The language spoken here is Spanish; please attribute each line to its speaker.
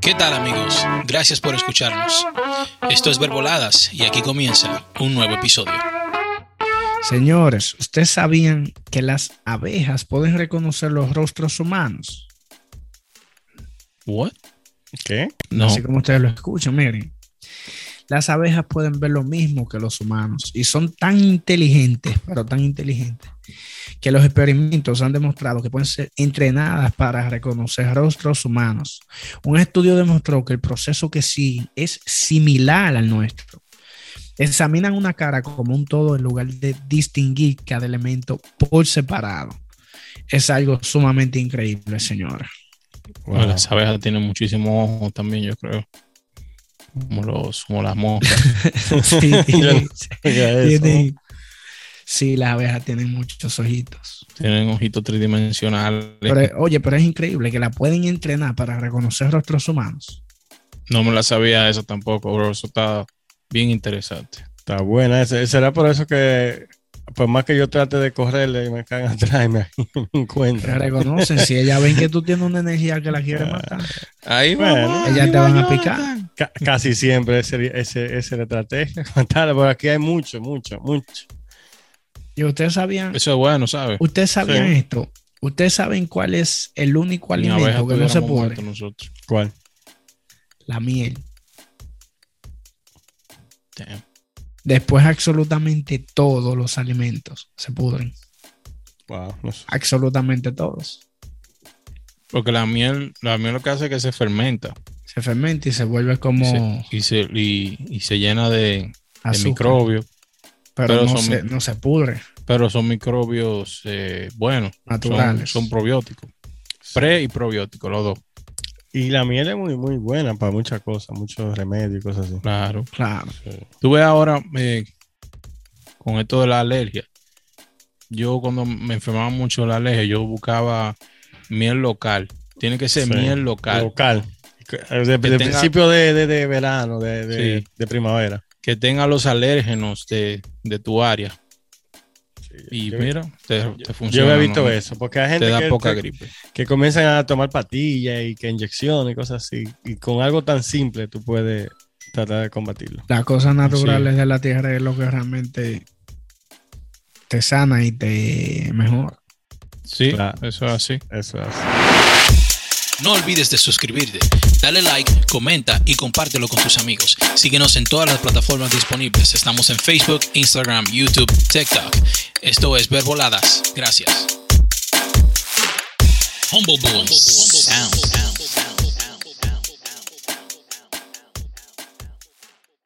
Speaker 1: ¿Qué tal amigos? Gracias por escucharnos. Esto es Verboladas y aquí comienza un nuevo episodio.
Speaker 2: Señores, ¿ustedes sabían que las abejas pueden reconocer los rostros humanos?
Speaker 1: ¿What?
Speaker 3: ¿Qué?
Speaker 1: No.
Speaker 2: Así como ustedes lo escuchan, miren. Las abejas pueden ver lo mismo que los humanos y son tan inteligentes, pero tan inteligentes, que los experimentos han demostrado que pueden ser entrenadas para reconocer rostros humanos. Un estudio demostró que el proceso que sí es similar al nuestro. Examinan una cara como un todo en lugar de distinguir cada elemento por separado. Es algo sumamente increíble, señora.
Speaker 3: Wow.
Speaker 1: las abejas tienen muchísimo ojo también, yo creo. Como, los, como las moscas.
Speaker 2: Sí, tiene-
Speaker 3: Oiga eso.
Speaker 2: tiene- sí, las abejas tienen muchos ojitos.
Speaker 1: tienen ojitos tridimensionales.
Speaker 2: Pero, eh, oye, pero es increíble que la pueden entrenar para reconocer rostros humanos.
Speaker 1: No me la sabía eso tampoco, bro. Eso está bien interesante.
Speaker 3: Está buena. esa. Será por eso que, por más que yo trate de correrle y me caen atrás y me
Speaker 2: Te
Speaker 3: encuentran.
Speaker 2: reconocen. si ellas ven que tú tienes una energía que la quiere matar,
Speaker 1: Ahí
Speaker 3: Bueno,
Speaker 1: vamos,
Speaker 2: ellas
Speaker 1: ahí
Speaker 2: te
Speaker 1: va
Speaker 2: van a
Speaker 1: Jonathan.
Speaker 3: Ca- casi siempre ese, ese, esa es la estrategia. Tal, Por aquí hay mucho, mucho, mucho.
Speaker 2: y ustedes sabían,
Speaker 1: Eso es bueno, ¿sabes?
Speaker 2: ustedes sabían
Speaker 3: Pues, Sí.
Speaker 2: esto. Ustedes saben cuál es el único
Speaker 1: Ni abejas
Speaker 2: alimento que no se
Speaker 1: tuviéramos
Speaker 2: pudre.
Speaker 1: muerto nosotros.
Speaker 3: ¿Cuál?
Speaker 2: La miel.
Speaker 1: Damn.
Speaker 2: Después absolutamente todos los alimentos se pudren.
Speaker 3: Wow, no sé.
Speaker 2: Absolutamente todos.
Speaker 1: Porque la miel, la miel lo que hace es que se fermenta
Speaker 2: Se fermenta y se vuelve como
Speaker 1: y, se, y, y se llena de, de
Speaker 2: azúcar,
Speaker 1: microbios.
Speaker 2: pero,
Speaker 1: pero
Speaker 2: no,
Speaker 1: son-
Speaker 2: se, no se pudre.
Speaker 1: Pero son microbios eh, buenos. Son-
Speaker 2: Naturales.
Speaker 1: Son, probióticos. Pre y probióticos, los dos.
Speaker 3: Y la miel es muy, muy buena para muchas cosas, muchos remedios y cosas así.
Speaker 1: Claro.
Speaker 2: Claro.
Speaker 1: Tú ves ahora eh, con esto de la alergia. Yo cuando me enfermaba mucho de la alergia, yo buscaba miel local. Tiene que ser
Speaker 3: Sí.
Speaker 1: miel local.
Speaker 3: Local. Desde
Speaker 1: Que tenga-
Speaker 3: de principio de, de- de verano, de, de-
Speaker 1: Sí.
Speaker 3: de primavera.
Speaker 1: Que tenga los alérgenos de, de tu área. Y
Speaker 3: yo,
Speaker 1: mira, te, te
Speaker 3: yo
Speaker 1: funciona.
Speaker 3: he visto
Speaker 1: ¿no?
Speaker 3: eso, porque hay gente
Speaker 1: Te da
Speaker 3: que,
Speaker 1: poca
Speaker 3: que-
Speaker 1: gripe.
Speaker 3: que comienzan a tomar patillas y que inyecciones y cosas así. Y con algo tan simple tú puedes tratar de combatirlo.
Speaker 2: Las cosas naturales de la tierra es lo que realmente te sana y te mejora.
Speaker 1: Sí,
Speaker 3: Claro.
Speaker 1: eso es así.
Speaker 3: Eso es.
Speaker 1: No olvides de suscribirte, dale like, comenta y compártelo con tus amigos. Síguenos en todas las plataformas disponibles. Estamos en Facebook, Instagram, YouTube, TikTok. Esto es Verboladas. Gracias. Humble Bones. Sound.